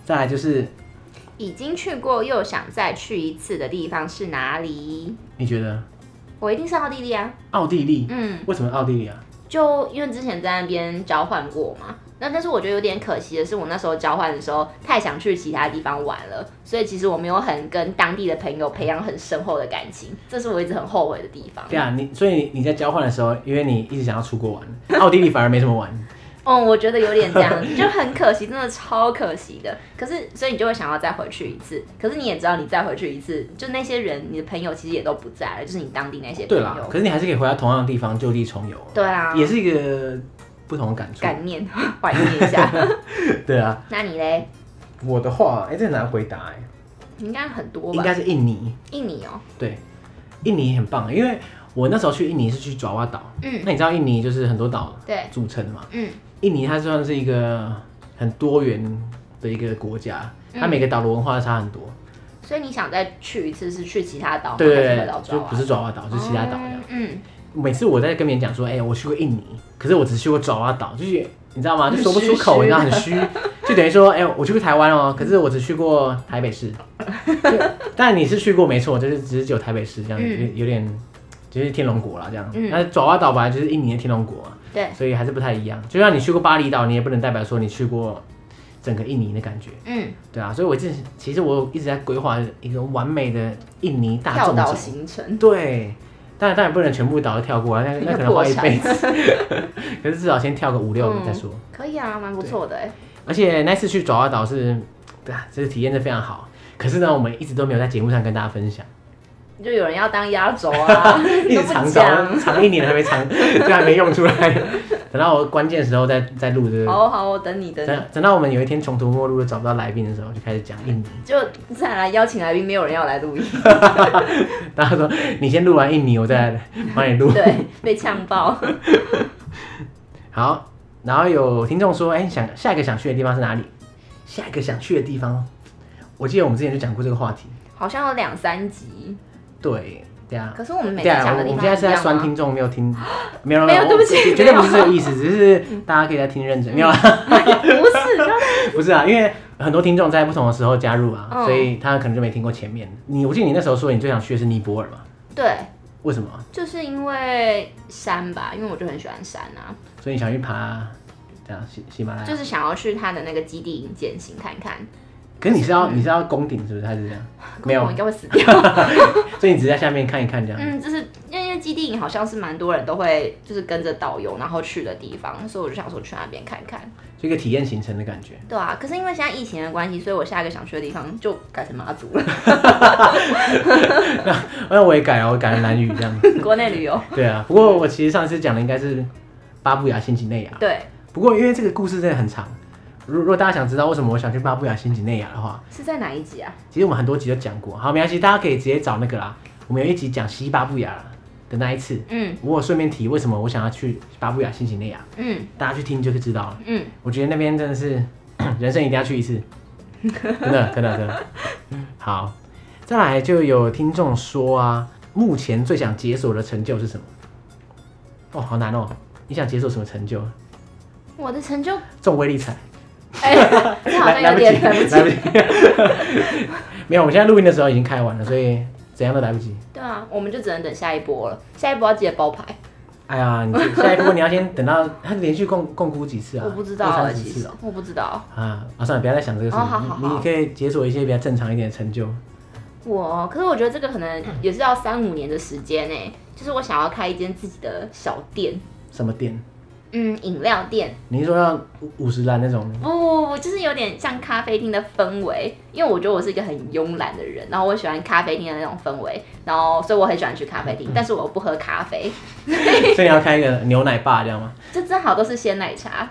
再来就是 已经去过又想再去一次的地方是哪里？你觉得我一定是奥地利啊。奥地利、嗯，为什么奥地利啊？就因为之前在那边交换过嘛，那但是我觉得有点可惜的是，我那时候交换的时候太想去其他地方玩了，所以其实我没有很跟当地的朋友培养很深厚的感情，这是我一直很后悔的地方。对啊，你所以你在交换的时候，因为你一直想要出国玩，奥地利反而没什么玩。嗯，我觉得有点这样，就很可惜，真的超可惜的。可是，所以你就会想要再回去一次。可是你也知道，你再回去一次，就那些人，你的朋友其实也都不在了，就是你当地那些朋对啦，友。可是你还是可以回到同样的地方就地重游，对啊，也是一个不同的感触。感念怀念一下。 对啊，那你嘞？我的话，哎、这很难回答、哎，你应该很多应吧？该是印尼，印尼哦，对，印尼很棒，因为我那时候去印尼是去爪哇岛，嗯，那你知道印尼就是很多岛对，组成嘛，嗯印尼它算是一个很多元的一个国家，它嗯每个岛的文化差很多，所以你想再去一次是去其他岛吗，对对哦还是回对到，就爪哇不是爪哇岛，就是其他岛这样。哦嗯，每次我在跟别人讲说，哎、我去过印尼，可是我只去过爪哇岛，就是你知道吗？就说不出口，很 你虚知道很虚，就等于说，哎、我去过台湾哦，可是我只去过台北市。就但你是去过没错，就是只是只有台北市这样，嗯有有点就是天龙国啦这样。嗯那爪哇岛本来就是印尼的天龙国嘛，对，所以还是不太一样。就像你去过巴厘岛，你也不能代表说你去过整个印尼的感觉，嗯，对啊。所以我一直其实我一直在规划一个完美的印尼大跳众岛走。行程，对，当然当然不能全部岛都跳过啊，那 那可能花一辈子。可是至少先跳个五六嗯个再说。可以啊，蛮不错的哎。而且那次去爪哇岛是，对啊，这个体验真的非常好。可是呢，我们一直都没有在节目上跟大家分享，就有人要当压轴 啊，一都直不藏讲着，。藏一年还没藏，就还没用出来。 等到我关键时候再再录这个，好好，我等你，等你。等等到我们有一天穷途末路的找不到来宾的时候，就开始讲印尼。就再来邀请来宾，没有人要来 录音，大家说你先录完印尼，我再来帮你录。对，被呛爆。好，然后有听众说，哎、想下一个想去的地方是哪里？下一个想去的地方，我记得我们之前就讲过这个话题。好像有两三集，对，对啊，可是我们每次对啊，讲的我地我们方现在是在酸一样吗听众，没有听，没有没有我对不起绝绝没对有不是这个意思，只 是大家可以再听认真，没有啦， 不是，就不是啊，因为很多听众在不同的时候加入啊，嗯所以他可能就没听过前面。你我记得你那时候说你最想去的是尼泊尔嘛？对，为什么？就是因为山吧，因为我就很喜欢山啊，所以你想去爬这样喜喜马拉雅？就是想要去他的那个基地营践行看看。可是你是要你是要攻顶是不是？还是这样？没有我应该会死 掉。所以你只是在下面看一看这样。嗯，就是因为基地营好像是蛮多人都会就是跟着导游然后去的地方，所以我就想说去那边看看。就一个体验行程的感觉。对啊，可是因为现在疫情的关系，所以我下一个想去的地方就改成马祖了， 那哎我也改了，我改了蓝语这样。 国内旅游。对啊，不过我其实上次讲的应该是巴布亚新几内亚。对，不过因为这个故事真的很长，如如果大家想知道为什么我想去巴布亚新几内亚的话，是在哪一集啊？其实我们很多集都讲过。好，没关系，大家可以直接找那个啦。我们有一集讲西巴布亚的那一次，嗯我有顺便提为什么我想要去巴布亚新几内亚，嗯大家去听就会知道了。嗯，我觉得那边真的是 人生一定要去一 次，真的真的真的。好，再来就有听众说啊，目前最想解锁的成就是什么？哦，好难哦！你想解锁什么成就？我的成就，中威力彩， 哎、这好像来有不及，点来不来及。不及。没有，我们现在录音的时候已经开完了，所以怎样都来不及。对啊，我们就只能等下一波了。下一波要记得包牌，哎呀，你下一波你要先等到他连续共共估几次啊？我不知二道了，三十其次实哦。我不知道。啊啊，算了，不要再想这个事情。哦好好你好你可以解锁一些比较正常一点的成就。我，可是我觉得这个可能也是要三五年的时间呢、就是我想要开一间自己的小店，什么店？嗯，饮料店，你是说要五五十兰那 种？不不不，哦就是有点像咖啡厅的氛围，因为我觉得我是一个很慵懒的人，然后我喜欢咖啡厅的那种氛围，然后所以我很喜欢去咖啡厅，但是我不喝咖啡，所以你要开一个牛奶吧，这样 吗？就正好都是鲜奶茶，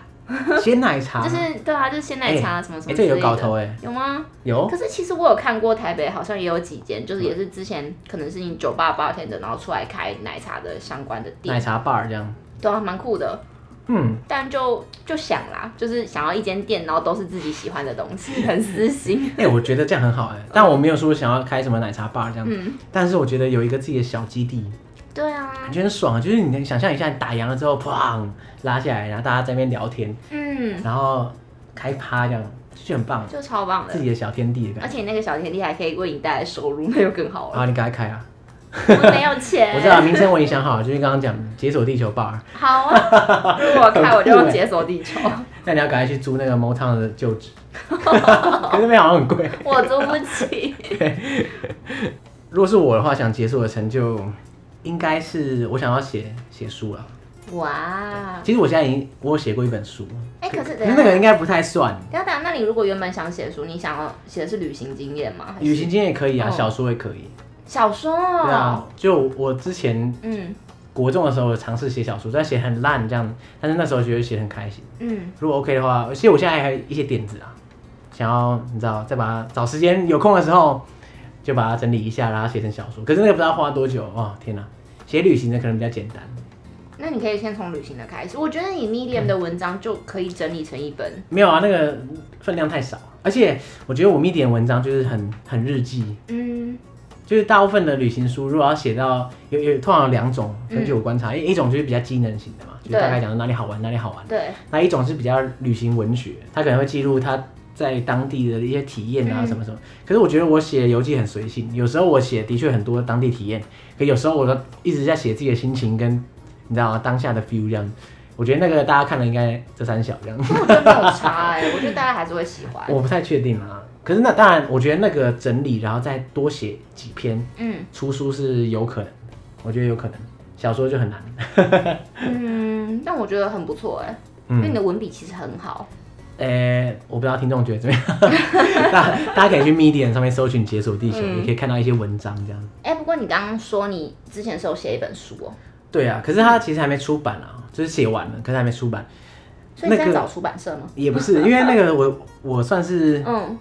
鲜奶茶，就是对啊，就是鲜奶茶什么什哎、么之这类个有搞的。头哎、有吗？有可是其实我有看过台北好像也有几间，嗯就是也是之前可能是你酒吧 bartender 然后出来开奶茶的相关的奶店，茶 bar 这样，对啊，蛮酷的。嗯，但就就想啦，就是想要一间店，然后都是自己喜欢的东西，很私心。哎、我觉得这样很好哎、但我没有说想要开什么奶茶 bar 这样，嗯，但是我觉得有一个自己的小基地， 对啊感，觉很爽啊。就是你能想象一下，你打烊了之后，砰拉下来，然后大家在那边聊天，嗯，然后开趴这样，就很棒，就超棒自的。己的小天地的感而觉。且那个小天地还可以为你带来收入，那就更好了。好，你赶快开啊！ 我没有钱，我知道名称我已经想好了，就是刚刚讲解锁地球 bar，好 啊，如果我开我就很酷用欸解锁地球，那你要赶快去租那个 Motown 的旧址，可是那边好像很贵。 我租不起。如果是我的话，想解锁的成就，应该是我想要写写书了。 哇，其实我现在已经我有写过一本书，哎、可是哦可等是一那个下。应该不太算，等一下，等一下那你如果原本想写书，你想要写的是旅行经验吗？还是旅行经验也可以啊，哦小说也可以。小说、哦。对啊，就我之前嗯国中的时候有尝试写小说，但写很烂这样，但是那时候觉得写得很开心。嗯，如果 OK 的话，其实我现在还有一些点子啊，想要你知道，再把它找时间有空的时候就把它整理一下，然后写成小说。可是那个不知道花多久哦，天哪、写旅行的可能比较简单。那你可以先从旅行的开始。我觉得你 Medium 的文章就可以整理成一本。没有啊，那个分量太少，而且我觉得我们一点文章就是很很日记，嗯就是大部分的旅行书如果要写到有有通常有两种，根据我观察，一、一种就是比较机能型的嘛，就是对大概讲哪里好玩哪里好玩，，对，那一种是比较旅行文学，他可能会记录他。在当地的一些体验啊，嗯什么什么。可是我觉得我写游记很随性，有时候我写的确很多当地体验，可有时候我都一直在写自己的心情跟你知道吗当下的 feel 这样。我觉得那个大家看了应该这三小这样。可我觉得没有差哎、我觉得大家还是会喜欢。我不太确定啊。可是那当然，我觉得那个整理，然后再多写几篇嗯，出书是有可能的。我觉得有可能。小说就很难，嗯，但我觉得很不错哎，因为你嗯，的文笔其实很好。呃、我不知道听众觉得怎么样， 大大家可以去 Medium 上面搜寻《解锁地球》嗯也可以看到一些文章这样。哎、不过你刚刚说你之前是有写一本书哦、对啊，可是它其实还没出版啊，就是写完了，可是还没出版，所以你那在个找出版社吗？也不是因为那个我我算是嗯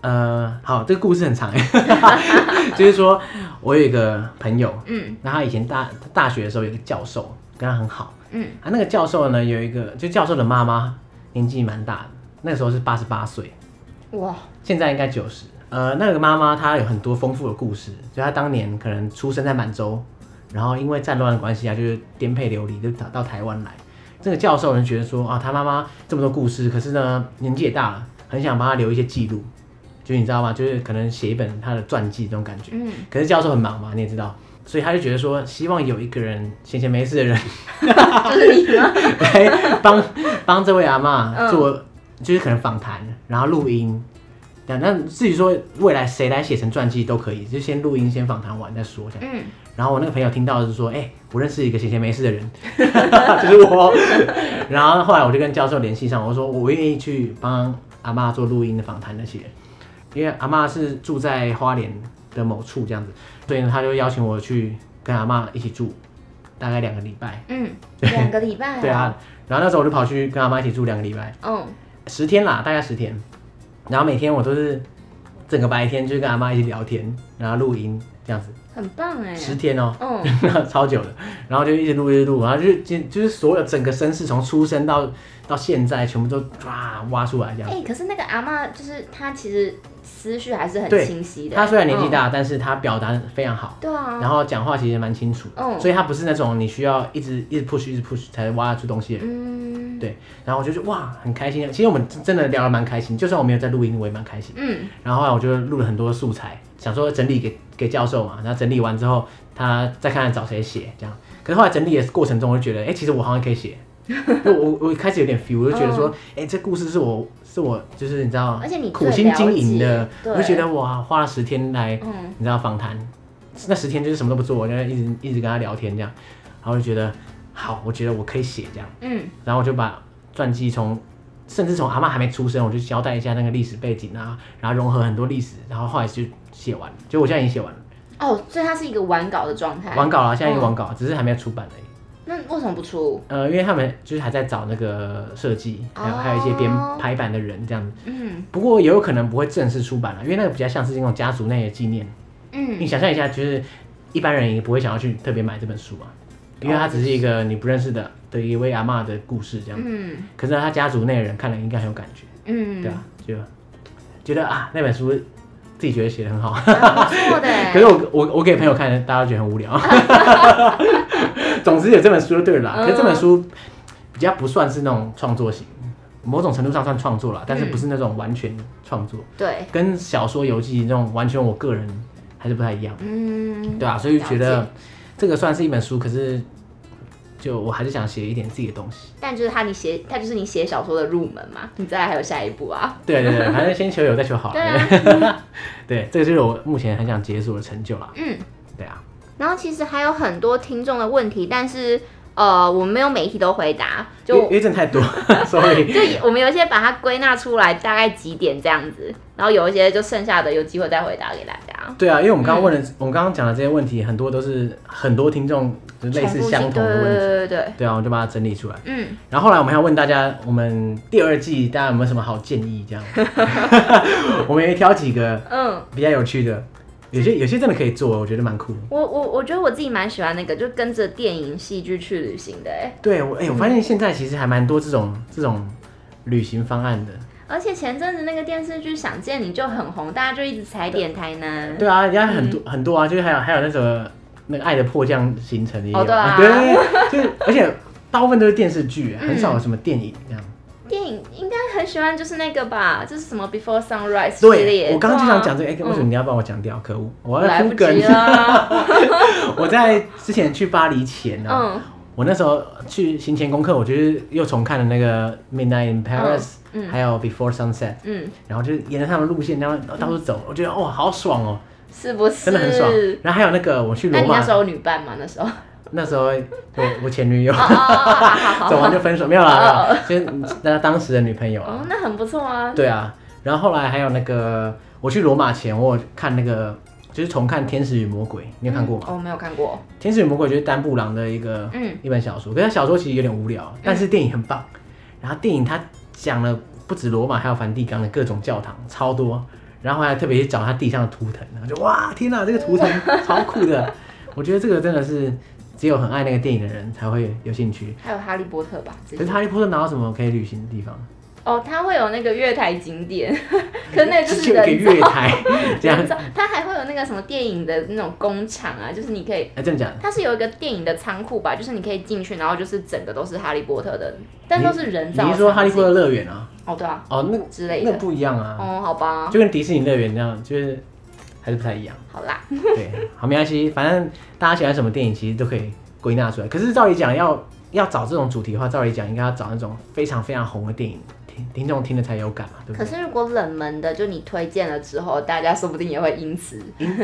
呃，好，这个故事很长，欸 就是说我有一个朋友，嗯那他以前大他大学的时候有一个教授跟他很好，嗯，啊，那个教授呢有一个，就教授的妈妈年纪蛮大的，那个时候是八十八岁， 哇，现在应该九十。呃，那个妈妈她有很多丰富的故事，就她当年可能出生在满洲，然后因为战乱的关系啊，就是颠沛流离，就到到台湾来。这个教授呢觉得说啊，他妈妈这么多故事，可是呢年纪也大了，很想帮她留一些记录，就是你知道吗？就是可能写一本她的传记这种感觉。嗯，可是教授很忙嘛，你也知道，所以他就觉得说，希望有一个人闲闲没事的人就是你吗？ 来 帮帮这位阿嬷嗯做，就是可能访谈，然后录音。那那至于说未来谁来写成传记都可以，就先录音先访谈完再说这样。嗯，然后我那个朋友听到就是说，哎、我认识一个闲闲没事的人， 就是我。 然后后来我就跟教授联系上，我说我愿意去帮阿嬷做录音的访谈那些，因为阿嬷是住在花莲的某处这样子，所以呢他就邀请我去跟阿嬷一起住，大概两个礼拜。嗯，两个礼 拜、对啊，，然后那时候我就跑去跟阿妈一起住两个礼拜，嗯，十天啦，大概十天。然后每天我都是整个白天就跟阿妈一起聊天，然后录音这样子，很棒哎，十天哦、 嗯，超久的。然后就一直录，一直录，然后就就就是所有整个身世从出生到到现在，全部都哇挖出来这样哎、子。可是那个阿嬷就是她其实思绪还是很对清晰的。他虽然年纪嗯、大，但是他表达得非常好，对啊，然后讲话其实蛮清楚，嗯所以他不是那种你需要一直一直 push 一直 push 才挖得出东西的人。嗯，对，然后我就觉得哇，很开心。其实我们真的聊得蛮开心，就算我没有在录音，我也蛮开心。嗯，然后后来我就录了很多素材，想说呃整理给给教授嘛，然后整理完之后，他再看看找谁写这样。可是后来整理的过程中，我就觉得，哎、其实我好像可以 写。就我我开始有点 feel，我就觉得说，哎、这故事是我是我就是你知道，哦而且你最苦心经营了的解，对我就觉得哇，花了十天来，嗯你知道访谈，那十天就是什么都不做，我就一直一直跟他聊天这样，然后就觉得好，我觉得我可以写这样。嗯然后我就把传记从，甚至从阿嬷还没出生，我就交代一下那个历史背景啊，然后融合很多历史，然后后来就写完了，就我现在已经写完了，哦，所以它是一个完稿的状态。完稿了，现在已经完稿了，只是还没有出版而已。那为什么不出？呃，因为他们就是还在找那个设计，还有、哦还有一些编排版的人这样子，嗯不过也有可能不会正式出版了，因为那个比较像是那种家族内的纪念。你嗯，想象一下，就是一般人也不会想要去特别买这本书嘛，哦因为它只是一个你不认识的的一位阿嬷的故事这样。嗯可是他家族内的人看了应该很有感觉。嗯，对啊，就觉得啊那本书自己觉得写的很好，蛮不错的 欸。可是我我我给朋友看，大家都觉得很无聊。 总之有这本书就对了啦，嗯可是这本书比较不算是那种创作型，某种程度上算创作啦，但嗯是不是那种完全创作，对，跟小说游记那种完全我个人还是不太一样，嗯，对啊，所以觉了得这个算是一本书，可是就我还是想写一点自己的东西。但就是它你写，它就是你写小说的入门嘛，你再来还有下一步啊。对对对，反正先求有再求好。对啊， 对，这个就是我目前很想解锁的成就啦。嗯，对啊，然后其实还有很多听众的问题，但是呃，我们没有每一题都回答，就因就为真的 太多，sorry。就我们有一些把它归纳出来，大概几点这样子，然后有一些就剩下的有机会再回答给大家。对啊，因为我们刚刚问的，我们刚刚讲的这些问题，很多都是很多听众就类似重复性相同的问题。对对对对对，对啊，我们就把它整理出来。嗯，然后后来我们还要问大家，我们第二季大家有没有什么好建议？ 这样， 我们也挑几个嗯，比较有趣的，有些有些真的可以做，我觉得蛮酷的。我我我觉得我自己蛮喜欢那个，就跟着电影、戏剧去旅行的哎。对我，哎、我发现现在其实还蛮多这种这种旅行方案的。而且前阵子那个电视剧《想见你》就很红，大家就一直踩点台南。对啊，人家很多、嗯很多啊，就是还有还有那个那个《爱的迫降》行程也有，哦对啊对对对，就是而且大部分都是电视剧，嗯很少有什么电影这样。电影应该很喜欢，就是那个吧，就是什么《Before Sunrise》系列。对，我刚刚就想讲这个，哎、对啊为什么你要帮我讲掉？可恶，我嗯要来铺不梗及。了。 我在之前去巴黎前呢、啊， 嗯我那时候去行前功课，我就是又重看了那个《Midnight in Paris、嗯还有《Before Sunset》，嗯，然后就沿着他们路线，然后到处走，我觉得哦，好爽哦，是不嗯是？真的很爽。然后还有那个我去那罗你那马时候有女伴吗？那 时候？哦那时候，我我前女友哦哦， 好好走好完就分手，没有啦，哦没有啦就是那当时的女朋友啊。哦，那很不错啊。对啊，然后后来还有那个我去罗马前，我有看那个就是重看《天使与魔鬼》，你有看过吗？嗯哦，没有看过。天使与魔鬼》就是丹布朗的一个嗯一本小说，可是他小说其实有点无聊，但是电影很棒。然后电影它讲了不止罗马，还有梵蒂冈的各种教堂，超多。然后还特别去找他地上的图腾，然后就哇天哪，这个图腾超酷的！我觉得这个真的是只有很爱那个电影的人才会有兴趣。还有哈利波特吧？这可些是哈利波特哪有什么可以旅行的地方？哦，它会有那个月台 景点， 可那就是有一个人月台 这样人，造，它还会有那个什么电影的那种工厂啊，就是你可以。哎，真的假的？它是有一个电影的仓库吧，就是你可以进去，然后就是整个都是哈利波特的，但都是人造。你是说《哈利波特》乐园啊？特？哦，对啊，哦，那之类那的。不一样啊，哦，好吧，就跟迪士尼乐园那样，就是还是不太一样。好啦， 对，好，没关系，反正大家喜欢什么电影，其实都可以归纳出来。可是照理讲，要要找这种主题的话，照理讲应该要找那种非常非常红的电影，听听众听了才有感嘛，对不可对？是如果冷门的，就你推荐了之后，大家说不定也会因此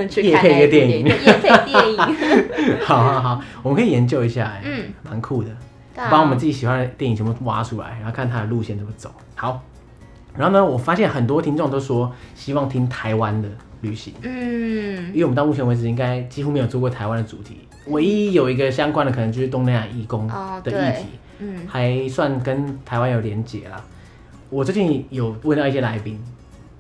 去业看配那一个电部电影影，对夜配电影。 好好好，我们可以研究一下、哎，嗯，蛮酷的，对啊把我们自己喜欢的电影全部挖出来，然后看它的路线怎么走。好，然后呢，我发现很多听众都说希望听台湾的旅行。嗯因为我们到目前为止应该几乎没有做过台湾的主题，唯一有一个相关的可能就是东南亚义工哦的对议题，嗯还算跟台湾有连结啦。我最近有问到一些来宾，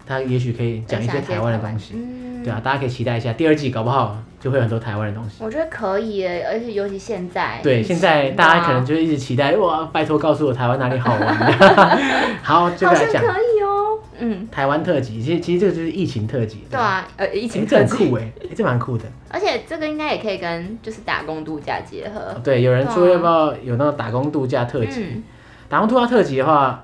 他也许可以讲一些台湾的东西，嗯，对啊，大家可以期待一下第二季，搞不好就会有很多台湾的东西。我觉得可以耶，而且尤其现在，对，现在大家可能哇就一直期待哇，拜托告诉我台湾哪里好 玩。 好，就好来像讲可以哦，嗯，台湾特辑，其实其实这个就是疫情特辑，对啊，呃，疫诶，情这特很辑，酷哎、诶这蛮酷的。而且这个应该也可以跟就是打工度假结合，对，有人说对啊要不要有那种打工度假特辑？嗯，打工度假特辑的话，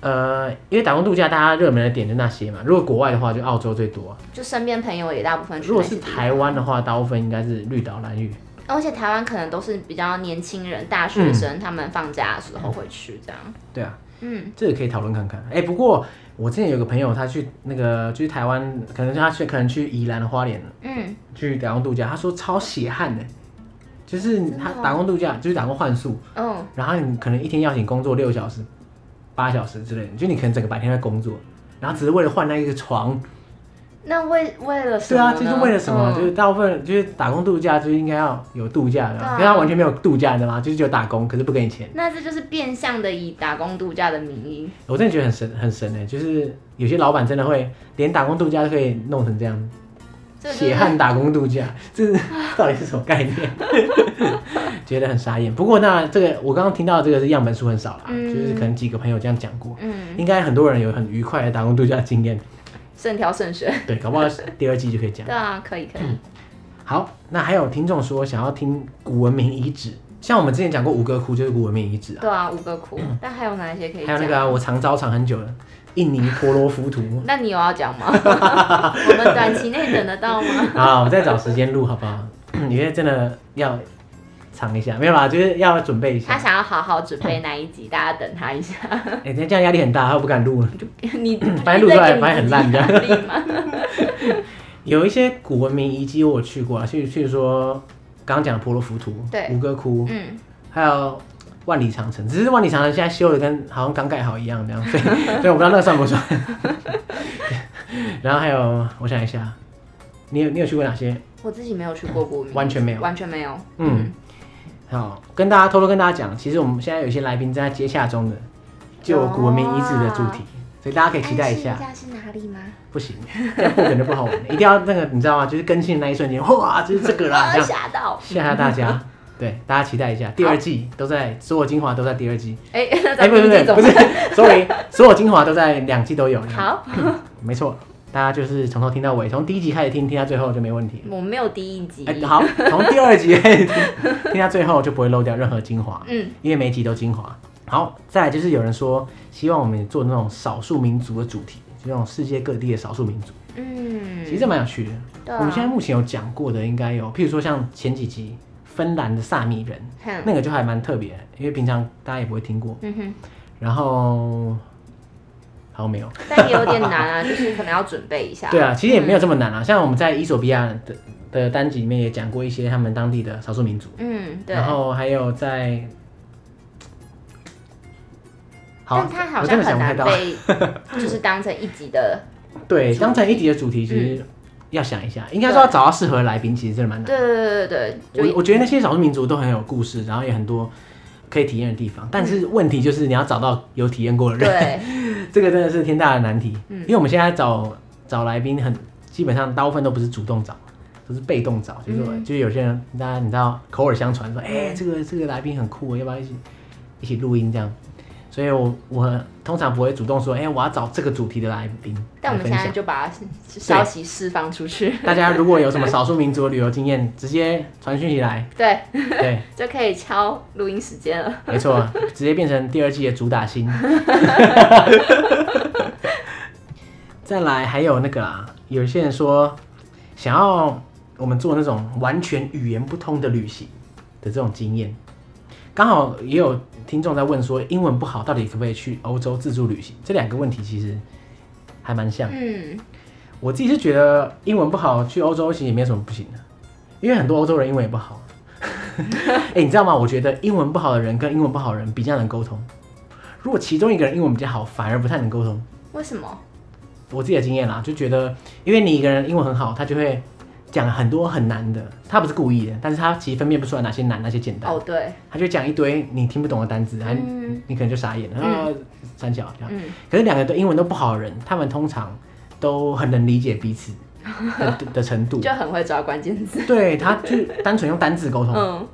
呃，因为打工度假大家热门的点就那些嘛。如果国外的话，就澳洲最多啊、就身边朋友也大部分去如果那是些地方台湾的话，大部分应该是绿岛、蓝屿。而且台湾可能都是比较年轻人、大学嗯生，他们放假的时候会去这样。对啊，嗯，这个可以讨论看看。哎、不过我之前有个朋友，他去那个就是台湾，可能他去可能去宜兰、花莲嗯，去打工度假，他说超血汗的、就是他真的哦打工度假，就是打工换宿，哦，然后你可能一天要请工作六小时、八小时之类的，就你可能整个白天在工作，然后只是为了换那一个床。那为为了什对么啊，呢？就是为了什么？嗯就是大部分就是打工度假，就是应该要有度假的、对啊可是他完全没有度假的嘛，就是只有打工，可是不给你钱。那这就是变相的以打工度假的名义，我真的觉得很神，很神哎、就是有些老板真的会连打工度假都可以弄成这样，这个就是血汗打工度假，这 是到底是什么概念？ 觉得很傻眼。不过那这个我刚刚听到的这个是样本数很少啦，嗯就是可能几个朋友这样讲过，嗯，应该很多人有很愉快的打工度假经 验。慎挑慎选。对，搞不好第二季就可以讲对。啊，可以可嗯以。好，那还有听众说想要听古文明遗址，像我们之前讲过吴哥窟就是古文明遗址啊，对啊，五个苦，但还有哪一些可以还有讲？那个啊、我常招藏很久的印尼婆罗浮屠 那你有要讲吗？我们短期内等得到吗？啊，我再找时间录好不好？ 因为真的要藏一下，没有啦，就是要准备一他下。想要好好准备那一集，大家等他一下。 哎、那这样压力很大，他不敢录了。你反正录出来反正很烂这样样吗？有一些古文明遗迹我有去过啊，去去说刚刚讲的婆罗浮屠、对吴哥窟，嗯，还有万里长城，只是万里长城现在修的跟好像刚盖好一样这样，所以所以我不知道那算不 算。然后还有，我想一下，你有你有去过哪些？我自己没有去过古明，完全没有完全没有。嗯，好，跟大家偷偷跟大家讲，其实我们现在有一些来宾正在接洽中的，就有古文明遗址的主题，所以大家可以期待一下安。心一下是哪里吗？不行，这样破梗就不好玩 了，一定要那个你知道吗？就是更新的那一瞬间，哇，就是这个啦，啊这样吓到！吓吓大 家。对，大家期待一下，第二季都在，所有精华都在第二季。哎，那哎、咱不们是不第一季是怎不么是 ，sorry，所有精华都在两季都有。好？没错，大家就是从头听到尾，从第一集开始听，听到最后就没问题。我没有第一集哎、。好，从第二集开始听，听到最后就不会漏掉任何精华，嗯，因为每一集都精华。好，再来就是有人说希望我们做那种少数民族的主题，就那种世界各地的少数民族，嗯，其实这蛮有趣的。对啊我们现在目前有讲过的，应该有，譬如说像前几集芬兰的萨米人，哼嗯那个就还蛮特别的，因为平常大家也不会听过。嗯哼，然后好像没有。但也有点难啊， 就是可能要准备一下。对，啊，其实也没有这么难啊。像我们在伊索比亚的的单集里面也讲过一些他们当地的少数民族，嗯，对。然后还有在，好但，它好我真像的想很不太难到。被， 就是当成一集的， 对，主嗯当成一集的主题，其实要想一下，应该说要找到适合的来宾，其实真的蛮难的。对对对对对，我就我觉得那些少数民族都很有故事，然后也很多可以体验的地方，但是问题就是你要找到有体验过的人。嗯对， 这个真的是天大的难题，嗯因为我们现在找找来宾很基本上大部分都不是主动找，都是被动找，就是说、嗯就是有些人大家你知道口耳相传说，哎、嗯这个这个来宾很酷，要不要一起一起录音这样？所以我我通常不会主动说，哎、我要找这个主题的来宾但来我们分现享在。就把消息释放出去，大家如果有什 么少数民族的旅游经验，直接传讯息来，对，对，就可以敲录音时间了。没错，直接变成第二季的主打星。再来还有那个啦，有些人说想要我们做那种完全语言不通的旅行的这种经验，刚好也有听众在问说，英文不好到底可不可以去欧洲自助旅行？这两个问题其实还蛮像。嗯，我自己是觉得英文不好去欧洲其实也没有什么不行的，因为很多欧洲人英文也不好。哎、你知道吗？我觉得英文不好的人跟英文不好的人比较能沟通。如果其中一个人英文比较好，反而不太能沟通。为什么？我自己的经验啦，就觉得因为你一个人英文很好，他就会讲很多很难的，他不是故意的，但是他其实分辨不出来哪些难，哪些简单，哦，对，他就讲一堆你听不懂的单词，还、嗯你可能就傻眼了，啊，三角这样。嗯，可是两个都英文都不好的人，他们通常都很能理解彼此的的的程度。 就很会抓关键字。对，他就单纯用单字沟通，嗯，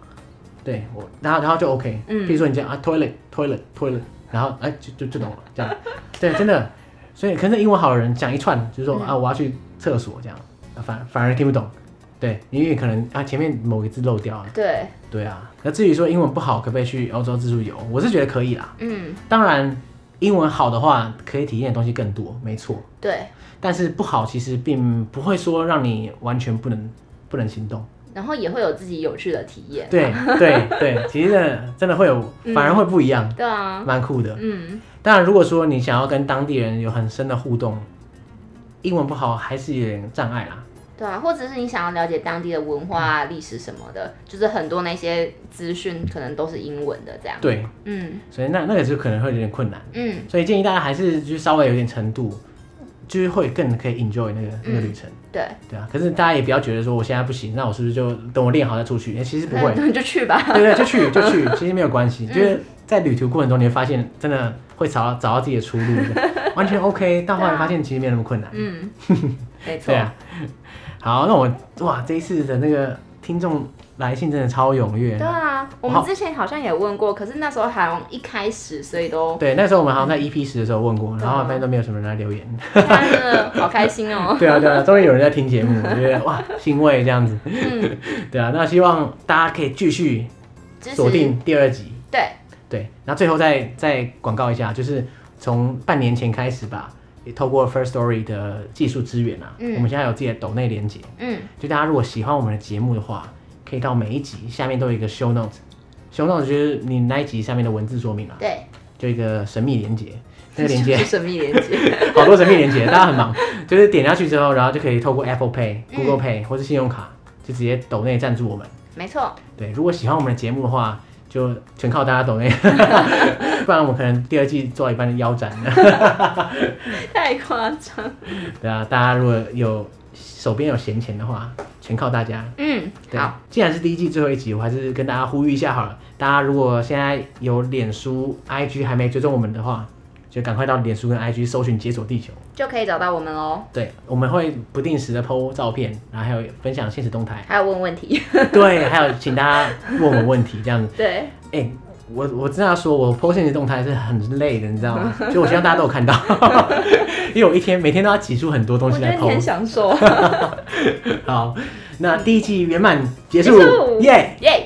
对我，然后然后就 OK。嗯譬如说你讲啊 toilet toilet toilet，然后哎就就就懂了，这样。对，真的。所以可是英文好的人讲一串，就是说、嗯啊我要去厕所这样，啊反反而听不懂。对，因为可能啊前面某个字漏掉了。对，对啊。那至于说英文不好可不可以去欧洲自助游，我是觉得可以啦。嗯，当然，英文好的话可以体验的东西更多，没错。对。但是不好其实并不会说让你完全不能不能行动。然后也会有自己有趣的体验。对对 对，其实真的真的会有，啊嗯反而会不一样，对啊，蛮酷的。嗯，当然，如果说你想要跟当地人有很深的互动，英文不好还是有点障碍啦。对啊，或者是你想要了解当地的文化、啊、历史什么的，就是很多那些资讯可能都是英文的这样。对，嗯所以那那个就可能会有点困难。嗯，所以建议大家还是就稍微有点程度，就是会更可以 enjoy 那个那嗯个旅程。对，对啊，可是大家也不要觉得说我现在不行，那我是不是就等我练好再出去？哎其实不会， 那你就去吧。对对，就去就去，其实没有关嗯系，就是在旅途过程中，你会发现真的会找到找到自己的出路，的，完全 OK。到后来发现其实没有那么困难，啊嗯， 没错对。啊。好，那我哇，这一次的那个听众来信真的超踊跃对。啊，我们之前好像也问过，可是那时候好像一开始，所以都对，那时候我们好像在 EP 十的时候问过，嗯对啊然后发现都没有什么人来留言。大家真的好开 心 哦、对啊，对啊，终于有人在听节目，我觉得哇，欣慰这样子。嗯， 对啊，那希望大家可以继续支持锁定第二集。对，对，那最后再再广告一下，就是从半年前开始吧，也透过 First Story 的技术支援啊，嗯我们现在有自己的抖内连接，嗯，就大家如果喜欢我们的节目的话，可以到每一集下面都有一个 show note，show note 就是你那一集下面的文字说明啊，对，就一个神秘连接，那个连 接是神秘连接， 好多神秘连接，大家很忙，就是点下去之后，然后就可以透过 Apple Pay、嗯 Google Pay 或是信用卡，就直接抖内赞助我们。没错，对，如果喜欢我们的节目的话，就全靠大家懂内， 不然我们可能第二季做到一半就腰斩了。 太夸张。对啊，大家如果有手边有闲钱的话，全靠大家。嗯，对好，，既然是第一季最后一集，我还是跟大家呼吁一下好了。大家如果现在有脸书、IG 还没追踪我们的话，就赶快到脸书跟 IG 搜寻“解锁地球就可以找到我们喽，”。。对，我们会不定时的 PO 照片，然后还有分享现实动态 还有问问题。对，还有请大家问我们问题，这样子。对，哎、我我真的要说，我 po 现实动态是很累的，你知道 吗？就我希望大家都有看到， 因为我一天每天都要挤出很多东我西觉得来你很 po。享受。 好，那第一季圆满结结束束，耶耶、